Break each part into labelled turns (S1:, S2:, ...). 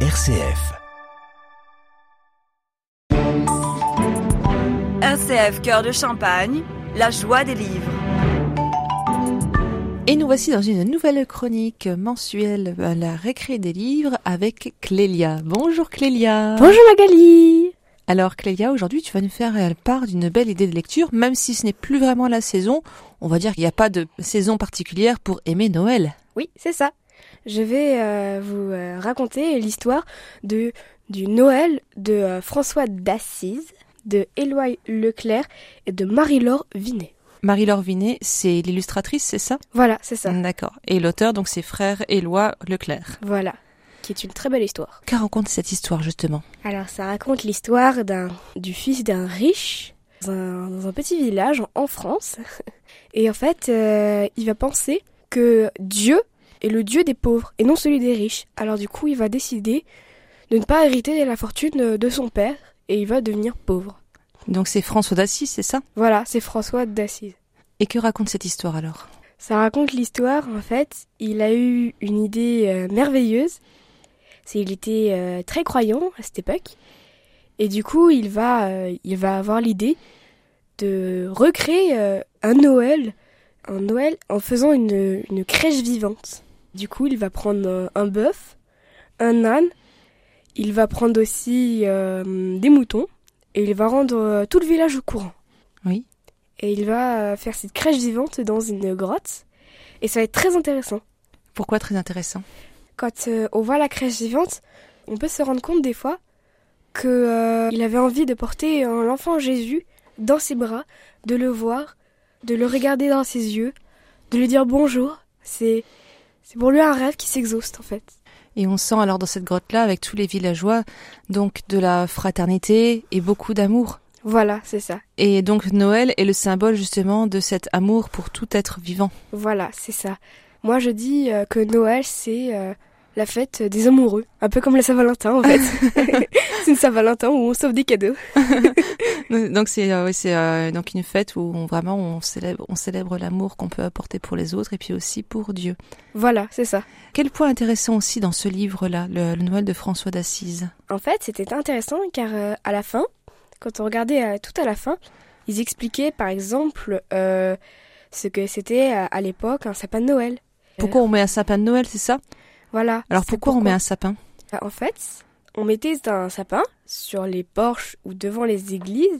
S1: RCF.
S2: RCF Cœur de Champagne, la joie des livres.
S3: Et nous voici dans une nouvelle chronique mensuelle à la récré des livres avec Clélia. Bonjour Clélia.
S4: Bonjour Magali
S3: Alors Clélia, aujourd'hui tu vas nous faire euh, part d'une belle idée de lecture, même si ce n'est plus vraiment la saison. On va dire qu'il n'y a pas de saison particulière pour aimer Noël.
S4: Oui, c'est ça. Je vais euh, vous euh, raconter l'histoire de du Noël de euh, François d'Assise, de Éloi Leclerc et de Marie-Laure Vinet.
S3: Marie-Laure Vinet, c'est l'illustratrice, c'est ça
S4: Voilà, c'est ça.
S3: D'accord. Et l'auteur, donc c'est frère Éloi Leclerc.
S4: Voilà, qui est une très belle histoire.
S3: Qu'a raconte cette histoire justement
S4: Alors ça raconte l'histoire d'un du fils d'un riche dans un, dans un petit village en, en France. Et en fait, euh, il va penser que Dieu est le Dieu des pauvres et non celui des riches. Alors du coup, il va décider de ne pas hériter la fortune de son père et il va devenir pauvre.
S3: Donc c'est François d'Assise, c'est ça
S4: Voilà, c'est François d'Assise.
S3: Et que raconte cette histoire alors
S4: Ça raconte l'histoire, en fait, il a eu une idée euh, merveilleuse. C'est il était euh, très croyant à cette époque. Et du coup, il va, euh, il va avoir l'idée de recréer euh, un Noël, un Noël en faisant une, une crèche vivante. Du coup, il va prendre euh, un bœuf, un âne, il va prendre aussi euh, des moutons, et il va rendre euh, tout le village au courant.
S3: Oui.
S4: Et il va euh, faire cette crèche vivante dans une grotte, et ça va être très intéressant.
S3: Pourquoi très intéressant
S4: Quand euh, on voit la crèche vivante, on peut se rendre compte des fois que euh, il avait envie de porter euh, l'enfant Jésus dans ses bras, de le voir, de le regarder dans ses yeux, de lui dire bonjour. C'est c'est pour lui un rêve qui s'exauce en fait.
S3: Et on sent alors dans cette grotte-là, avec tous les villageois, donc de la fraternité et beaucoup d'amour.
S4: Voilà, c'est ça.
S3: Et donc Noël est le symbole justement de cet amour pour tout être vivant.
S4: Voilà, c'est ça. Moi je dis euh, que Noël c'est euh, la fête des amoureux, un peu comme la Saint-Valentin en fait. c'est une Saint-Valentin où on sauve des cadeaux.
S3: Donc c'est euh, oui, c'est euh, donc une fête où on, vraiment on célèbre on célèbre l'amour qu'on peut apporter pour les autres et puis aussi pour Dieu.
S4: Voilà, c'est ça.
S3: Quel point intéressant aussi dans ce livre-là, le, le Noël de François d'Assise.
S4: En fait, c'était intéressant car euh, à la fin, quand on regardait euh, tout à la fin, ils expliquaient par exemple euh, ce que c'était euh, à l'époque un sapin de Noël.
S3: Pourquoi on met un sapin de Noël, c'est ça
S4: Voilà.
S3: Alors
S4: C'est
S3: pourquoi, on met un sapin
S4: Bah, En fait, on mettait un sapin sur les porches ou devant les églises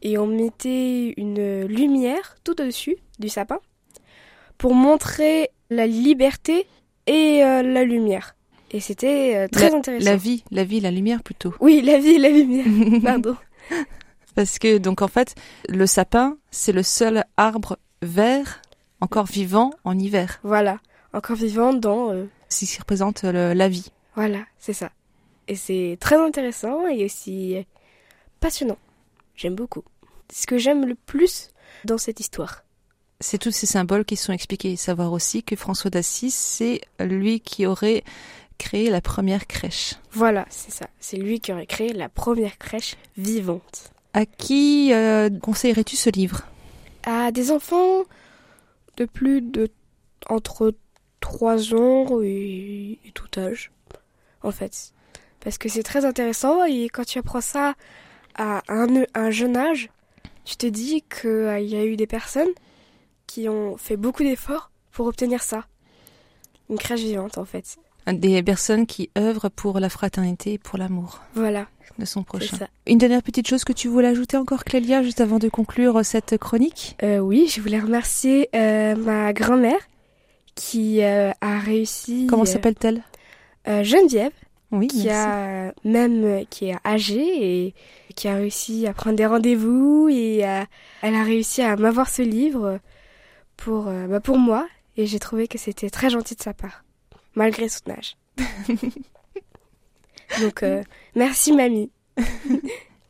S4: et on mettait une lumière tout au-dessus du sapin pour montrer la liberté et euh, la lumière. Et c'était euh, très intéressant.
S3: La vie, la vie, la lumière plutôt.
S4: Oui, la vie et la lumière. Pardon.
S3: Parce que donc en fait, le sapin, c'est le seul arbre vert encore vivant en hiver,
S4: Voilà, encore vivant dans... euh,
S3: c'est ce qui représente le- la vie.
S4: voilà, c'est ça. Et c'est très intéressant et aussi euh, passionnant. J'aime beaucoup. Ce que j'aime le plus dans cette histoire.
S3: C'est tous ces symboles qui sont expliqués. Et savoir aussi que François d'Assise, c'est lui qui aurait créé la première crèche.
S4: Voilà, c'est ça. C'est lui qui aurait créé la première crèche vivante.
S3: À qui euh, conseillerais-tu ce livre
S4: À des enfants de plus de... entre 3 ans et, et tout âge, en fait. Parce que c'est très intéressant et quand tu apprends ça à un, un jeune âge, tu te dis qu'il y a eu des personnes qui ont fait beaucoup d'efforts pour obtenir ça. Une crèche vivante, en fait.
S3: Des personnes qui œuvrent pour la fraternité et pour l'amour
S4: Voilà,
S3: de son
S4: c'est
S3: prochain.
S4: ça.
S3: Une dernière petite chose que tu voulais ajouter encore, Clélia, juste avant de conclure cette chronique
S4: Euh, oui, je voulais remercier euh, ma grand-mère qui euh, a réussi.
S3: Comment
S4: euh,
S3: s'appelle-t-elle
S4: euh, Geneviève,
S3: Oui,
S4: qui
S3: merci.
S4: a euh, même euh, qui est âgée et qui a réussi à prendre des rendez-vous et à- elle a réussi à m'avoir ce livre pour euh, bah, pour moi et j'ai trouvé que c'était très gentil de sa part malgré son âge. Donc euh, merci mamie.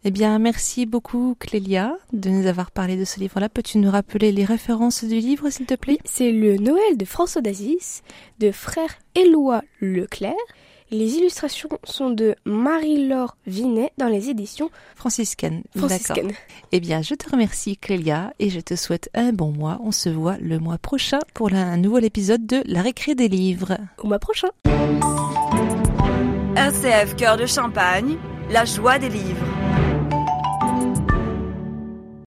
S3: Eh bien, merci beaucoup, Clélia, de nous avoir parlé de ce livre-là. Peux-tu nous rappeler les références du livre, s'il te plaît
S4: C'est le Noël de François d'Asis, de frère Éloi Leclerc. Les illustrations sont de Marie-Laure Vinet dans les éditions
S3: Franciscaine. D'accord.
S4: franciscaines.
S3: Eh bien, je te remercie, Clélia, et je te souhaite un bon mois. On se voit le mois prochain pour la- un nouvel épisode de La récré des livres.
S4: Au mois prochain.
S2: RCF Cœur de Champagne, la joie des livres.